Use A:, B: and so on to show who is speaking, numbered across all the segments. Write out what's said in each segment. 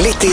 A: écoutez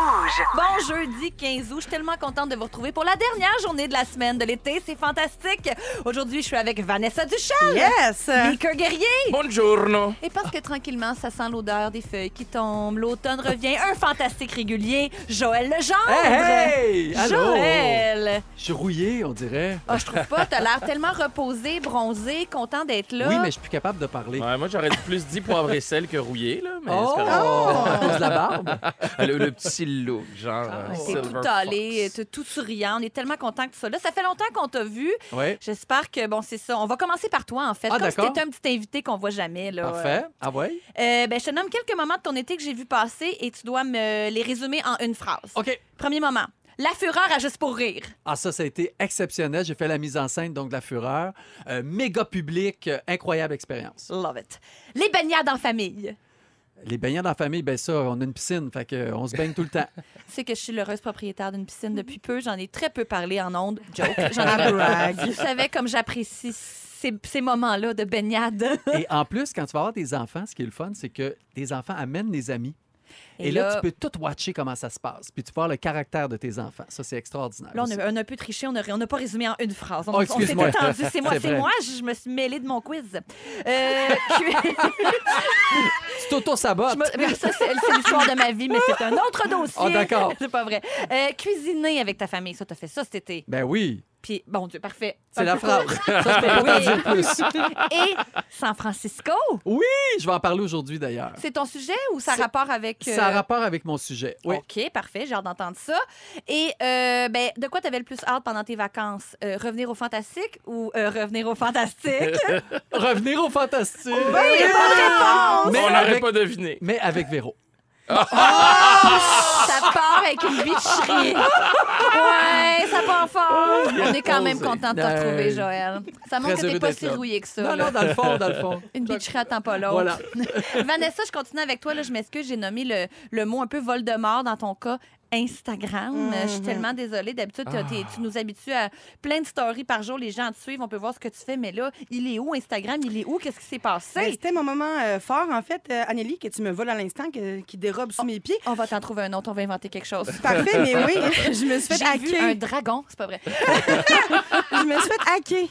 B: Bon jeudi 15 août, je suis tellement contente de vous retrouver pour la dernière journée de la semaine de l'été, c'est fantastique. Aujourd'hui, je suis avec Vanessa Duchel.
C: Yes!
B: Mika Guerrier.
D: Buongiorno.
B: Et parce que tranquillement, ça sent l'odeur des feuilles qui tombent, l'automne revient, un fantastique régulier, Joël Legendre.
D: Hey, hey, allô.
B: Joël.
D: Je suis rouillé, on dirait.
B: Ah, je trouve pas, t'as l'air tellement reposé, bronzé, content d'être là.
E: Oui, mais je suis plus capable de parler.
D: Ouais, moi, j'aurais plus dit poivre et sel que rouillé, là. Mais
E: Oh!
D: c'est correct.
E: À cause de la barbe.
D: Le, le petit look, genre. euh,
B: T'es
D: Silver
B: tout allé, t'es tout souriant. On est tellement content que tu sois là. Ça fait longtemps qu'on t'a vu.
D: Fox. Ouais.
B: J'espère que, bon, c'est ça. On va commencer par toi, en fait.
E: Ah,
B: Comme si
E: d'accord.
B: t'étais un petit invité qu'on voit jamais. Là.
E: Parfait. Ah ouais?
B: Euh, ben, je te nomme quelques moments de ton été que j'ai vu passer et tu dois me les résumer en une phrase.
E: OK.
B: Premier moment. La fureur à juste pour rire.
E: Ah, ça, ça a été exceptionnel. J'ai fait la mise en scène, donc de la fureur. Euh, méga public, euh, incroyable expérience.
B: Love it. Les baignades en famille.
E: Les baignades en famille, ben ça, on a une piscine, fait que, euh, on se baigne tout le temps.
B: Tu sais que je suis l'heureuse propriétaire d'une piscine depuis peu. J'en ai très peu parlé en ondes. Joke. J'en ai...
C: Brag.
B: Vous savez comme j'apprécie ces, ces moments-là de baignade.
E: Et en plus, quand tu vas avoir des enfants, ce qui est le fun, c'est que tes enfants amènent des amis. Et, là, tu peux tout watcher comment ça se passe. Puis tu peux voir le caractère de tes enfants. Ça, c'est extraordinaire.
B: Là, on
E: aussi.
B: a, on a un peu triché, on n'a on n'a pas résumé en une phrase. On,
E: Oh,
B: on s'est
E: excuse-moi.
B: entendu, c'est moi,
E: C'est
B: c'est
E: vrai.
B: moi, je me suis mêlée de mon quiz. Euh, que-
E: Tu t'auto-sabotes.
B: je me- mais ça, c'est c'est l'histoire de ma vie, mais c'est un autre dossier.
E: Oh, d'accord.
B: c'est pas vrai. Euh, cuisiner avec ta famille, ça, t'as fait ça cet été.
E: Ben oui,
B: Puis, bon Dieu, parfait.
E: c'est la phrase. Ça, je peux pas t'en dire
B: Oui.
E: plus.
B: Et San Francisco,
E: Oui, je vais en parler aujourd'hui, d'ailleurs.
B: c'est ton sujet ou ça a
E: C'est-
B: rapport avec... euh,
E: Ça a rapport avec mon sujet. Oui.
B: OK, parfait, j'ai hâte d'entendre ça. Et euh, ben, de quoi t'avais le plus hâte pendant tes vacances? Euh, revenir au fantastique ou euh, revenir au fantastique?
E: Revenir au fantastique.
B: Oui, bonne réponse!
E: Mais
D: on n'aurait
E: avec-
D: pas deviné.
E: Mais avec Véro.
B: Ça part avec une bicherie. Ouais, ça part fort. On est quand même content de te retrouver,
E: Ben,
B: Joël. Ça montre que
E: très
B: t'es
E: heureux
B: pas
E: d'être
B: si
E: là.
B: rouillé que ça.
E: Non,
B: là.
E: non, dans le fond, dans le fond.
B: Une bitcherie attend pas l'autre.
E: Voilà.
B: Vanessa, je continue avec toi. Là, je m'excuse, j'ai nommé le, le mot un peu Voldemort dans ton cas. Instagram. Je suis tellement désolée. D'habitude, t'as- t'es- tu nous habitues à plein de stories par jour. Les gens te suivent, on peut voir ce que tu fais. Mais là, il est où Instagram? Il est où? Qu'est-ce qui s'est
C: Ben,
B: passé?
C: C'était mon moment euh, fort, en fait, euh, Anneli, que tu me voles à l'instant, que- qui dérobe
B: Oh.
C: sous mes pieds.
B: On va t'en trouver un autre. On va inventer quelque chose.
C: Parfait, mais oui, je me suis fait
B: J'ai vu
C: hacker.
B: un dragon. C'est pas vrai.
C: Je me suis fait hacker.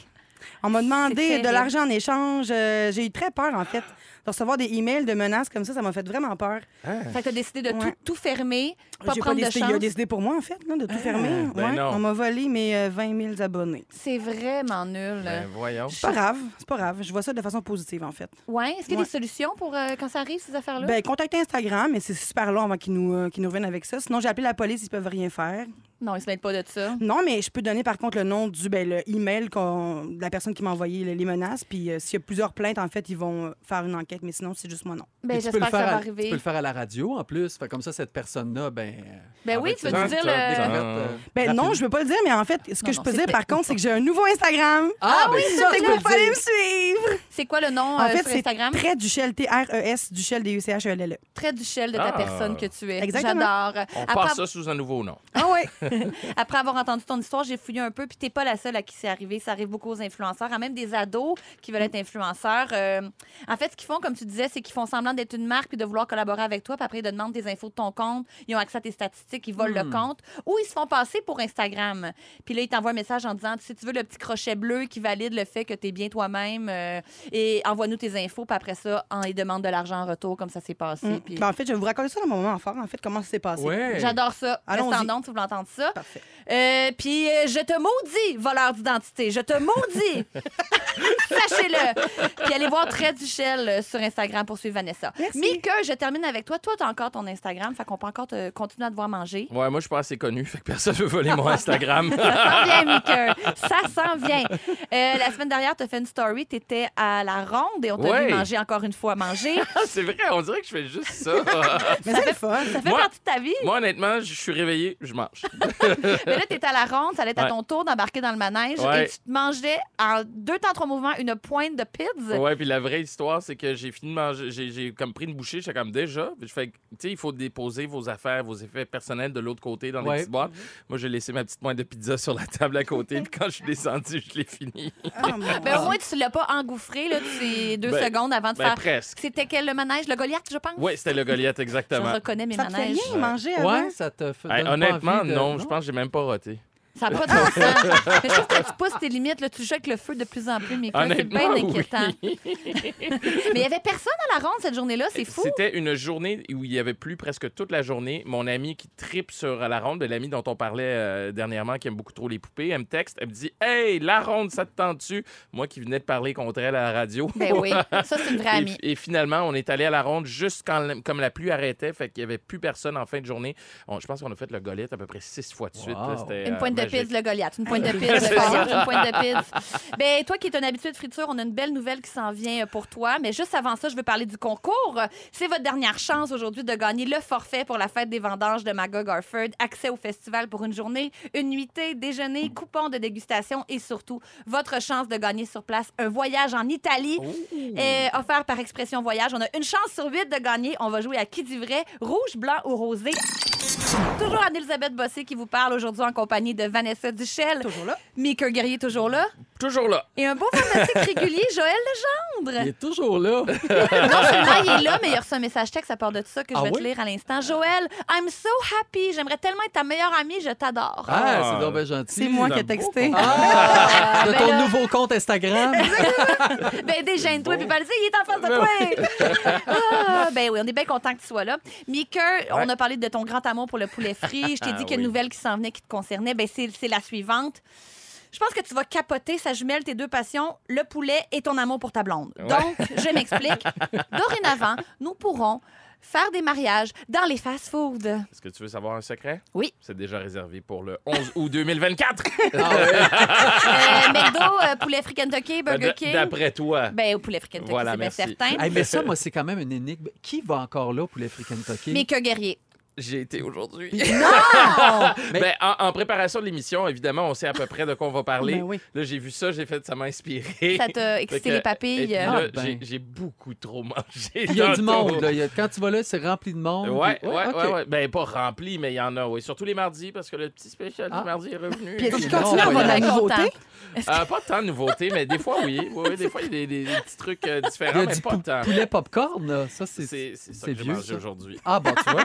C: On m'a demandé
B: terrible.
C: de l'argent en échange. Euh, J'ai eu très peur, en fait. De recevoir des emails de menaces comme ça, ça m'a fait vraiment peur.
B: Fait que t'as décidé de
C: Ouais.
B: tout, tout fermer, pas
C: J'ai
B: prendre de
C: décidé, il a
B: chance. Ah.
C: décidé pour moi, en fait, là, de tout fermer.
D: ben
C: Ouais,
D: non. Oh.
C: On m'a volé mes euh, 20 000 abonnés.
B: C'est vraiment nul.
D: Ben, voyons.
C: C'est pas grave, c'est pas grave. Je vois ça de façon positive, en fait.
B: Ouais, est-ce qu'il y a
C: Ouais.
B: des solutions pour euh, quand ça arrive, ces affaires-là?
C: Ben, contactez Instagram, mais c'est super long avant qu'ils nous, euh, qu'ils nous reviennent avec ça. Sinon, j'ai appelé la police, ils peuvent rien faire.
B: Non, ils se mêlent pas de ça. Ben,
C: Non, mais je peux donner par contre le nom du ben, le email qu'on- de la personne qui m'a envoyé le- les menaces. Puis euh, s'il y a plusieurs plaintes, en fait, ils vont euh, faire une enquête. Mais sinon, c'est juste moi, non.
E: Et
B: Ben,
E: tu
B: j'espère
E: peux le
B: que ça
E: faire
B: va
E: à- Tu peux
B: arriver.
E: le faire à la radio, en plus. Fait comme ça, cette personne-là, ben... euh,
B: Ben oui,
E: avec
B: tu veux
E: ses
B: nous dire
E: découvertes,
B: le-
D: Ah.
E: euh,
C: Ben
E: rapides.
C: non, je veux pas le dire, mais en fait, ce que
B: Non,
C: je
B: non,
C: peux
B: c'est
C: dire
B: fait.
C: par contre, c'est que j'ai un nouveau Instagram.
E: Ah, ben
B: oui,
E: ça,
B: ça,
C: Fait
B: tu
C: que
B: peux
C: vous
B: le
C: pouvez aller me
E: dire.
C: suivre.
B: C'est quoi le nom
C: en
B: euh,
C: fait,
B: sur
C: c'est
B: Instagram?
C: Très Duchel, T-R-E-S, Duchel, D-U-C-H-E-L-L-E.
B: Très du shell de ta
D: Ah.
B: personne que tu es.
C: Exactement.
B: J'adore.
D: On
B: Après,
D: passe ça sous un nouveau nom.
C: Ah ouais.
B: après avoir entendu ton histoire, j'ai fouillé un peu, puis t'es pas la seule à qui c'est arrivé. Ça arrive beaucoup aux influenceurs, à même des ados qui veulent être influenceurs. Euh, en fait, ce qu'ils font, comme tu disais, c'est qu'ils font semblant d'être une marque puis de vouloir collaborer avec toi, puis après, ils te demandent des infos de ton compte, ils ont accès à tes statistiques, ils volent le compte, ou ils se font passer pour Instagram. Puis là, ils t'envoient un message en disant, si tu veux le petit crochet bleu qui valide le fait que t'es bien toi-même, euh, et envoie-nous tes infos, puis après ça, on, ils demandent de l'argent en retour, comme ça s'est passé.
C: Mm.
B: puis-
C: Ben, en fait, je vais vous raconter ça dans mon moment fort, en fait, comment ça s'est passé.
D: Ouais.
B: J'adore ça. Reste
C: Allons-y.
B: en onde, tu voulais entendre ça.
C: Parfait.
B: Euh, Puis euh, je te maudis, voleur d'identité. Je te maudis. Sachez-le. Puis allez voir Très Duchel euh, sur Instagram pour suivre Vanessa.
C: Merci.
B: Mika, je termine avec toi. Toi, tu as encore ton Instagram, fait qu'on peut encore te- continuer à te voir manger.
D: Ouais, moi, je suis pas assez connu, fait que personne veut voler mon Instagram.
B: Ça s'en vient, Mika. Ça s'en vient. Euh, la semaine dernière, tu as fait une story. Tu étais à la ronde et on t'a
D: Ouais.
B: vu manger encore une fois manger.
D: c'est vrai, on dirait que je fais juste ça.
C: Mais c'est le fun.
B: Ça fait
D: Moi-
B: partie de ta vie.
D: moi, honnêtement, je suis réveillé, je mange.
B: Mais là, tu étais à la ronde, ça allait être à
D: Ouais.
B: ton tour d'embarquer dans le manège
D: Ouais.
B: et tu te mangeais en deux temps, trois mouvements une pointe de pizza.
D: Ouais, puis la vraie histoire, c'est que j'ai fini de manger, j'ai- j'ai comme pris une bouchée, j'étais comme déjà. Puis Je fais, que, tu sais, il faut déposer vos affaires, vos effets personnels de l'autre côté dans les
E: Ouais.
D: petites boîtes. Moi, j'ai laissé ma petite pointe de pizza sur la table à côté, puis quand je suis descendu, je l'ai fini.
C: Ah, mon-
B: Ben, au moins, Ben, tu l'as pas engouffré inspiré, là, de ces deux
D: Ben,
B: secondes avant de
D: ben,
B: faire.
D: presque.
B: C'était quel le manège? Le Goliath, je pense?
D: Oui, c'était le Goliath,
B: Je
D: exactement.
B: reconnais mes
C: Ça te fait
B: manèges.
C: rien manger avant?
E: hein. Ouais, ça te fait.
D: Hey,
E: donne pas
D: honnêtement,
E: envie de-
D: non, je pense que j'ai même pas roté.
B: Ça n'a pas de bon sens. Mais je trouve que quand tu pousses tes limites, là, tu joues avec le feu de plus en plus, Mika. C'est bien
D: Honnêtement, oui.
B: inquiétant. Mais il n'y avait personne à la ronde cette journée-là, c'est fou.
D: C'était une journée où il y avait plu presque toute la journée. Mon ami qui tripe sur la ronde, ben, l'ami dont on parlait euh, dernièrement, qui aime beaucoup trop les poupées, elle me texte, elle me dit Hey, la ronde, ça te tente-tu Moi qui venais de parler contre elle à la radio.
B: Ben oui, ça, c'est une vraie amie.
D: Et, et finalement, on est allé à la ronde juste quand la- comme la pluie arrêtait, fait qu'il n'y avait plus personne en fin de journée. On- je pense qu'on a fait le golette à peu près six fois de suite.
E: Wow.
D: là. C'était,
B: Une
D: euh,
B: pointe de
D: magique.
B: pizza, le Goliath. Une pointe de pizza, le Goliath. Une pointe de pizza. Ben, toi qui es un habitué de friture, on a une belle nouvelle qui s'en vient euh, pour toi. Mais juste avant ça, je veux parler du concours. C'est votre dernière chance aujourd'hui de gagner le forfait pour la fête des vendanges de Magog Harford. Accès au festival pour une journée, une nuitée, déjeuner, coupon de dégustation et surtout votre chance de gagner sur place un voyage en Italie.
D: Oh.
B: Et offert par Expression Voyage. On a une chance sur huit de gagner. On va jouer à qui dit vrai, rouge, blanc ou rosé. Toujours Anne-Elisabeth Bossé qui vous parle aujourd'hui en compagnie de Vanessa Duchel.
C: Toujours là.
B: Mika Guerrier toujours là.
D: Toujours là.
B: Et un beau fantastique régulier, Joël Legendre.
E: Il est toujours là.
B: Non seulement il est là, mais il a reçu un message texte à part de tout ça que je
E: Ah
B: vais te
E: oui?
B: lire à l'instant. Joël, I'm so happy. J'aimerais tellement être ta meilleure amie. Je t'adore.
E: Ah, c'est donc bien gentil.
C: C'est moi qui ai
D: beau
C: texté.
E: Ah!
B: Euh,
E: de
B: ben
E: ton
B: là-
E: nouveau compte Instagram.
B: Ben, déjeune-toi, puis vas-y, il est en face de toi. Ah, ben oui, on est bien content que tu sois là. Mika, on a parlé de ton grand amour pour le poulet frit. Je t'ai
D: Ah
B: dit qu'il y a une
D: oui.
B: nouvelle qui s'en venait qui te concernait. Ben, c'est c'est la suivante. Je pense que tu vas capoter, ça jumelle tes deux passions, le poulet et ton amour pour ta blonde. Donc, je m'explique. Dorénavant, nous pourrons faire des mariages dans les fast-foods.
D: Est-ce que tu veux savoir un secret
B: Oui.
D: C'est déjà réservé pour le 11 août 2024.
E: Ah,
B: Euh, McDo, euh, poulet frit Kentucky, Burger
D: D-
B: King.
D: Ben, D'après toi.
B: Ben, au poulet frit Kentucky,
D: Voilà,
B: c'est bien
D: merci.
B: certain.
E: Hey, mais ça, moi, c'est quand même une énigme. Qui va encore là pour les Free Kentucky?
B: Mika Guerrier. Ah,
D: J'ai été aujourd'hui.
B: Non!
E: Mais-
D: Ben, en, en préparation de l'émission, évidemment, on sait à peu près de quoi on va parler.
C: Ben oui.
D: Là, j'ai vu ça, j'ai fait ça m'a inspiré.
B: Ça t'a
D: Fait que,
B: excité les
D: et puis
B: papilles. euh.
D: là,
E: Ah, ben.
D: j'ai- j'ai beaucoup trop mangé.
E: Puis Il y a du
D: tantôt.
E: monde. là. Il y a- Quand tu vas là, c'est rempli de monde.
D: Ouais,
E: Puis-
D: ouais, ouais,
E: ok.
D: ouais. Ben, pas rempli, mais il y en a, oui. Surtout les mardis, parce que le petit spécial
E: Ah.
D: du mardi est revenu.
C: Puis est-ce
E: Non,
C: que tu continues à
E: voyons.
C: avoir de la
B: Content.
C: nouveauté?
D: Euh, pas tant de nouveautés, mais des fois, oui. Oui, oui, des fois, il y a des, des- des petits trucs euh,
E: Il y
D: différents,
E: a
D: mais
E: du
D: pas
E: pou-
D: tant.
E: poulet popcorn. là. Ça, c'est.
D: C'est c'est ça
E: c'est
D: que j'ai
E: vieux,
D: mangé
E: ça.
D: aujourd'hui.
E: Ah, bon, tu vois.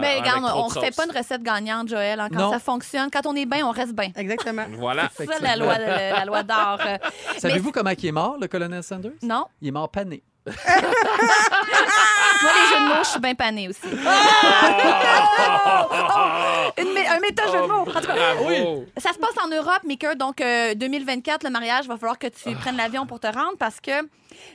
B: Mais
D: Mais
B: regarde, on ne refait pas une recette gagnante, Joël. hein. Quand
E: Non.
B: ça fonctionne, quand on est bien, on reste bien.
C: Exactement.
D: Voilà.
B: C'est ça la loi, la, la loi d'or. Euh,
E: Savez-vous comment il est mort, le colonel Sanders?
B: Non,
E: Il est mort pané.
B: moi, les jeux de mots, je suis bien panée
C: Ah!
B: aussi. Une mé- un méta jeu de mots. En tout cas,
D: Bravo.
B: ça se passe en Europe, Mika. Donc, euh, 2024, le mariage, va falloir que
D: Ah.
B: tu prennes l'avion pour te rendre parce que.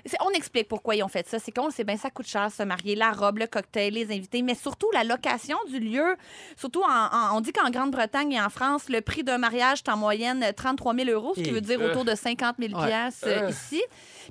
B: c'est- On explique pourquoi ils ont fait ça. C'est qu'on le sait bien, ça coûte cher se marier, la robe, le cocktail, les invités, mais surtout la location du lieu. Surtout, en- en- on dit qu'en Grande-Bretagne et en France, le prix d'un mariage est en moyenne 33 000 euros, ce qui
E: Et-
B: veut dire
D: Euh.
B: autour de 50 000
E: Ouais.
B: piastres, euh,
D: Euh.
B: ici.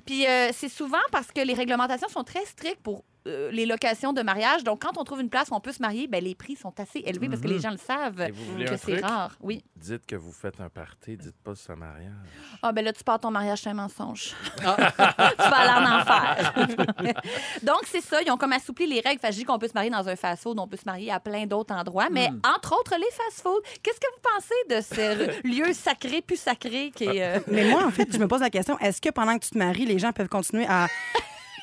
B: Puis euh, c'est souvent parce que les réglementations sont très strictes pour euh, les locations de mariage. Donc, quand on trouve une place où on peut se marier, ben, les prix sont assez élevés parce que les gens le savent
D: Mm-hmm. Et vous voulez
B: que
D: un
B: c'est
D: truc?
B: rare. Oui.
D: Dites que vous faites un party, dites pas que c'est un mariage.
B: Ah, ben là, tu pars ton mariage, c'est un mensonge. tu vas aller en enfer. Donc, c'est ça. Ils ont comme assoupli les règles. Fait, que je dis qu'on peut se marier dans un fast-food, on peut se marier à plein d'autres endroits, mais
D: Hmm.
B: entre autres, les fast-food. Qu'est-ce que vous pensez de ce lieu sacré, plus sacré qui est. euh,
C: Mais moi, en fait, je me pose la question est-ce que pendant que tu te maries, les gens peuvent continuer à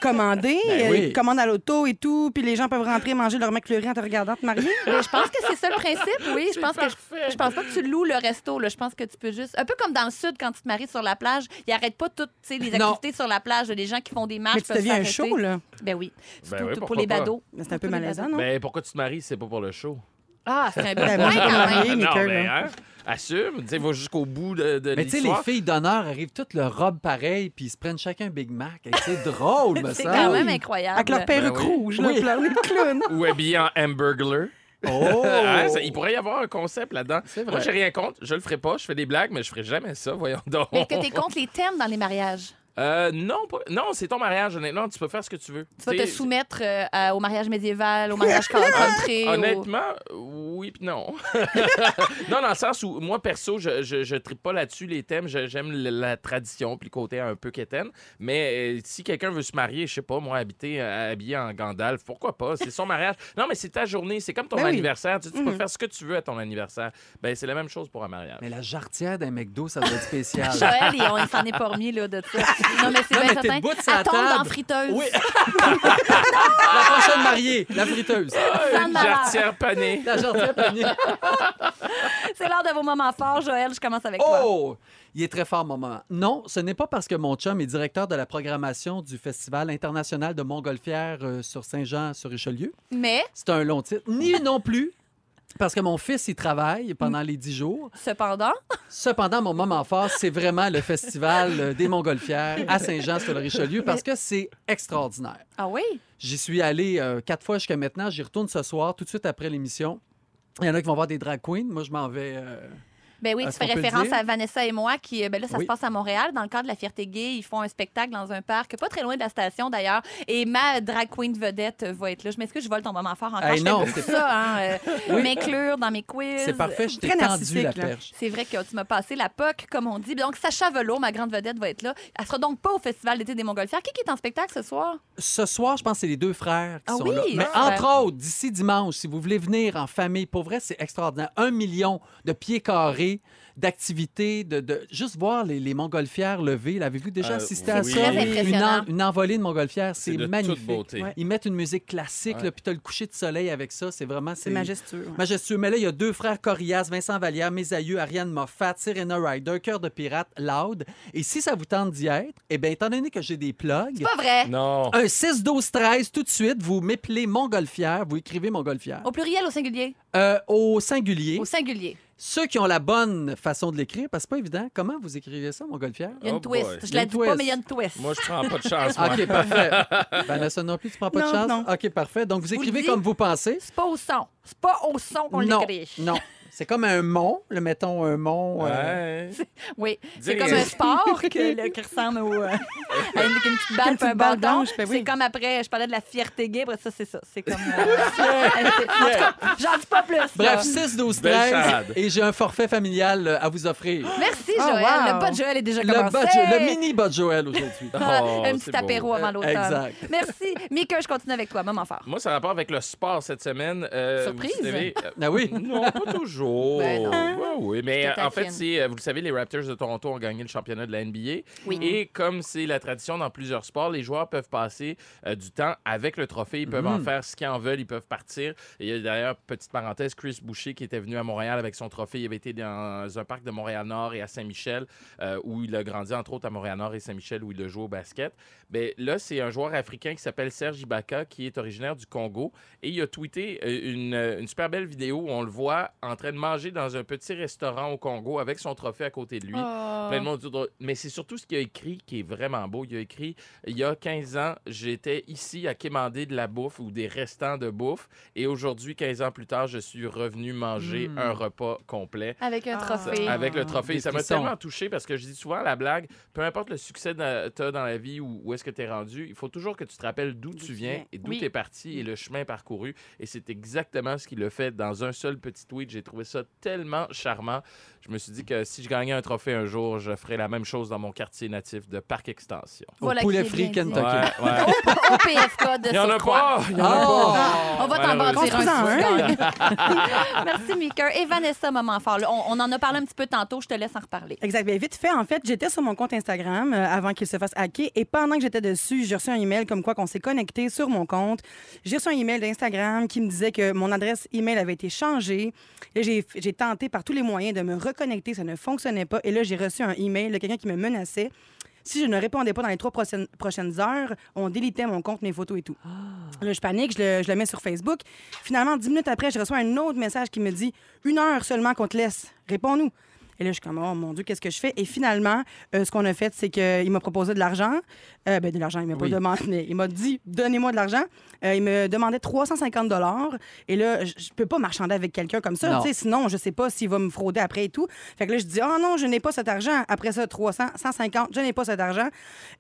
C: commander,
E: Ben oui.
C: euh, ils commandent à l'auto et tout, puis les gens peuvent rentrer manger leur McFlurry en te regardant te marier
B: Mais je pense que c'est ça le principe, oui. Je
D: C'est
B: pense que je,
D: parfait.
B: je pense pas que tu loues le resto. Là. Je pense que tu peux juste. Un peu comme dans le sud, quand tu te maries sur la plage, ils n'arrêtent pas toutes tu sais, les
E: Non.
B: activités sur la plage. Les gens qui font des marches.
C: Mais tu
B: peuvent
C: deviens un
B: s'arrêter.
C: show, là.
B: Ben oui.
D: Ben
B: Surtout
D: oui,
B: pour
D: pourquoi
B: les
D: pas.
B: bados.
C: Mais c'est un peu
B: Pour les
C: malaisant,
B: bados.
C: non?
D: Ben, pourquoi tu te maries, c'est pas pour le show.
B: Ah, c'est un bon point
C: Ben, moi, je suis
B: quand même.
C: mariée.
D: non,
C: Mickey,
D: mais
C: là.
D: hein, assume, tu sais, va jusqu'au bout de, de
E: Mais tu sais, les
D: l'histoire.
E: filles d'honneur arrivent toutes leur robe pareille, puis ils se prennent chacun Big Mac. Hey, C'est drôle, me
B: C'est
E: semble.
B: quand même
C: Avec
B: incroyable.
C: leur perruque
D: oui.
C: rouge, là,
E: Ben Oui.
C: puis leur nez de clown.
D: Ou habillées en hamburger.
E: Oh!
D: Hein, ça- il pourrait y avoir un concept là-dedans.
E: C'est vrai.
D: Moi, j'ai rien contre. Je le ferai pas. Je fais des blagues, mais je ferai jamais ça. Voyons donc.
B: Mais est-ce que tu contre les thèmes dans les mariages?
D: Euh, non, pas- non, c'est ton mariage. Honnêtement, tu peux faire ce que tu veux.
B: Tu vas
D: T'sais,
B: te soumettre euh, à- au mariage médiéval, au mariage country. au-
D: Honnêtement, oui, oui, puis non. non, dans le sens où, moi, perso, je, je, je tripe pas là-dessus les thèmes. Je- J'aime le- la tradition, puis le côté un peu quétaine. Mais euh, si quelqu'un veut se marier, je sais pas, moi, habiter, euh, habillé en Gandalf, pourquoi pas? C'est son mariage. Non, mais c'est ta journée. C'est comme ton
C: Ben oui.
D: anniversaire. Tu, tu peux faire ce que tu veux à ton anniversaire. Ben, c'est la même chose pour un mariage.
E: Mais la jarretière d'un McDo, ça doit être spécial.
B: Joël, il, on- il s'en est pas remis là, de ça. Non, mais c'est
E: Non,
B: bien
E: mais t'es
B: certain.
E: debout de sa
B: Elle tombe dans
E: table.
B: friteuse.
E: Oui. la prochaine mariée, la friteuse.
B: Sans malheur.
D: Jarretière panée.
E: La jarretière panier.
B: C'est l'heure de vos moments forts, Joël. Je commence avec toi.
E: Oh! Il est très fort, mon moment. Non, ce n'est pas parce que mon chum est directeur de la programmation du Festival international de Montgolfière euh, sur Saint-Jean-sur-Richelieu.
B: Mais,
E: C'est un long titre. Ni non plus parce que mon fils, il travaille pendant les dix jours.
B: cependant,
E: Cependant, mon moment fort, c'est vraiment le Festival euh, des Montgolfières à Saint-Jean-sur-Richelieu parce que c'est extraordinaire.
B: ah oui,
E: J'y suis allé euh, quatre fois jusqu'à maintenant. J'y retourne ce soir, tout de suite après l'émission. Il y en a qui vont voir des drag queens. Moi, je m'en vais. euh,
B: Ben oui, tu
E: Est-ce
B: fais
E: qu'on peut le
B: référence
E: dire?
B: à Vanessa et moi qui, euh, ben là, ça
E: Oui.
B: se passe à Montréal, dans le cadre de la Fierté Gay. Ils font un spectacle dans un parc, pas très loin de la station d'ailleurs. Et ma drag queen vedette euh, va être là. Je m'excuse, je vole ton moment fort encore.
E: Hey,
B: je fais
E: non,
B: beaucoup
E: c'est-
B: ça, hein, euh,
E: Oui.
B: m'inclure dans mes quiz.
E: C'est parfait, je t'ai
C: Très
E: tendu la
C: narcissique, là.
E: perche.
B: C'est vrai que tu m'as passé la POC, comme on dit. Donc, Sacha Velour, ma grande vedette, va être là. Elle sera donc pas au Festival d'été des Montgolfières. Qui, qui est en spectacle ce soir?
E: Ce soir, je pense que c'est les deux frères qui
B: Ah
E: sont
B: oui,
E: là. Mais
B: ah.
E: entre autres, d'ici dimanche, si vous voulez venir en famille, pour vrai, c'est extraordinaire. Un million de pieds carrés, d'activités, de, de- juste voir les, les montgolfières lever. L'avez-vous déjà
D: Euh,
E: assisté
D: oui.
E: à ça?
D: Très
E: Une,
B: impressionnant.
E: en- une envolée de montgolfières, c'est
D: de toute
E: magnifique.
D: beauté.
C: Ouais.
E: Ils mettent une musique classique,
D: Ouais.
E: là, puis tu as le coucher de soleil avec ça. C'est vraiment...
C: C'est majestueux. ouais.
E: Majestueux. Mais là, il y a deux frères Corias, Vincent Vallière, mes aïeux, Ariane Moffat, Serena Ryder, Cœur de Pirate, Loud. Et si ça vous tente d'y être, eh bien, étant donné que j'ai des plugs,
B: Pas vrai.
D: Non.
E: un 6, 12, 13, tout de suite, vous m'épelez Montgolfière, vous écrivez Montgolfière.
B: Au pluriel, au singulier?
E: Euh, au singulier,
B: Au singulier.
E: ceux qui ont la bonne façon de l'écrire, parce que c'est pas évident, comment vous écrivez ça, Montgolfière?
B: Il y a une
D: Oh boy.
B: twist.
E: Il
B: Je
E: y a
B: la
E: une
B: dis pas,
E: twist.
B: mais il y a une twist.
D: Moi, je prends pas de chance. moi.
E: OK, parfait. Vanessa non plus, tu prends pas
C: Non,
E: de chance?
C: non.
E: OK, parfait. Donc, vous
B: Vous le
E: écrivez
B: dites?
E: comme vous pensez.
B: C'est pas au son. C'est pas au son qu'on
E: non,
B: l'écrit.
E: non. C'est comme un mont, le mettons un mont. euh,
D: Ouais.
B: Oui, c'est
D: Dis
B: comme
D: rien.
B: un sport que le- qui ressemble au, euh, à une, une petite balle,
C: Une
B: puis un
C: petite balle
B: bâton.
C: blanche, ben oui.
B: C'est comme après, je parlais de la fierté gay, après ça, c'est ça. C'est comme. euh, en tout cas, j'en dis pas plus. là.
E: Bref, 6, 12,
D: Belle
E: 13.
D: charade.
E: Et j'ai un forfait familial euh, à vous offrir.
B: Merci,
C: Oh,
B: Joël.
C: wow.
B: Le bas de Joël est déjà
E: Le,
B: commencé.
E: bas de Joël- le mini bas de Joël aujourd'hui.
B: Ah,
D: Oh,
B: un
D: c'est
B: petit
D: beau.
B: apéro avant l'automne.
E: Exact.
B: Merci. Mika, je continue avec toi, maman fort.
D: Moi, ça a rapport avec le sport cette semaine. Euh,
B: Surprise.
D: vous savez-
E: Ah oui?
D: Non, pas toujours.
B: Ben non.
D: Ouais, oui, mais
B: Je te
D: euh, en fait,
B: taquine.
D: c'est, euh, vous le savez, les Raptors de Toronto ont gagné le championnat de la NBA.
B: Oui.
D: Et comme c'est la tradition dans plusieurs sports, les joueurs peuvent passer euh, du temps avec le trophée. Ils peuvent en
E: Mhm.
D: faire ce qu'ils en veulent. Ils peuvent partir. Et il y a d'ailleurs, petite parenthèse, Chris Boucher qui était venu à Montréal avec son trophée. Il avait été dans un parc de Montréal-Nord et à Saint-Michel euh, où il a grandi, entre autres, à Montréal-Nord et Saint-Michel où il a joué au basket. Ben, là, c'est un joueur africain qui s'appelle Serge Ibaka qui est originaire du Congo. Et il a tweeté euh, une, euh, une super belle vidéo où on le voit en train de manger dans un petit restaurant au Congo avec son trophée à côté de lui.
B: Ah. Oh.
D: Plein de monde autour de- Mais c'est surtout ce qu'il a écrit qui est vraiment beau. Il a écrit Il y a 15 ans, j'étais ici à quémander de la bouffe ou des restants de bouffe. Et aujourd'hui, 15 ans plus tard, je suis revenu manger
E: Mm.
D: un repas complet.
B: Avec un
C: Ah.
B: trophée.
D: Avec le
E: Des
D: trophée. Ça m'a
E: frissons.
D: tellement touché parce que je dis souvent la blague peu importe le succès que tu as dans la vie ou où est-ce que tu es rendu, il faut toujours que tu te rappelles d'où tu viens et d'où
B: Oui.
D: tu es parti et le chemin parcouru. Et c'est exactement ce qu'il a fait dans un seul petit tweet. J'ai trouvé ça tellement charmant. Je me suis dit que si je gagnais un trophée un jour, je ferais la même chose dans mon quartier natif de Parc Extension.
B: Voilà
E: Au
B: qui
E: poulet
B: est
E: frit
B: bien dit.
E: Kentucky.
D: ouais.
B: Au PFK de
D: Il y en a
B: surcroît.
D: pas! Il y en a
E: Ah!
B: On va t'en
D: Malheureusement.
B: bâtir
C: Construis-en
B: un.
C: un.
B: si tu gagnes. Merci, Mika. Et Vanessa, moment fort. là, on, on en a parlé un petit peu tantôt. Je te laisse en reparler.
C: Exact. Bien, vite fait, en fait, j'étais sur mon compte Instagram euh, avant qu'il se fasse hacker et pendant que j'étais dessus, j'ai reçu un email comme quoi qu'on s'est connecté sur mon compte. J'ai reçu un email d'Instagram qui me disait que mon adresse email avait été changée. Là, j'ai j'ai tenté par tous les moyens de me reconnecter, ça ne fonctionnait pas. Et là, j'ai reçu un email de quelqu'un qui me menaçait. Si je ne répondais pas dans les trois prochaines, prochaines heures, on délitait mon compte, mes photos et tout. Là, je panique, je le, je le mets sur Facebook. Finalement, dix minutes après, je reçois un autre message qui me dit Une heure seulement qu'on te laisse. Réponds-nous. Et là, je suis comme, oh mon Dieu, qu'est-ce que je fais? Et finalement, euh, ce qu'on a fait, c'est qu'il m'a proposé de l'argent. Euh, ben, de l'argent, il m'a
E: Oui.
C: pas demandé, mais il m'a dit, donnez-moi de l'argent. Euh, il me demandait 350 Et là, je je peux pas marchander avec quelqu'un comme ça.
E: Non.
C: tu sais, Sinon, je sais pas s'il va me frauder après et tout. Fait que là, je dis, oh non, je n'ai pas cet argent. Après ça, 300, 150, je n'ai pas cet argent.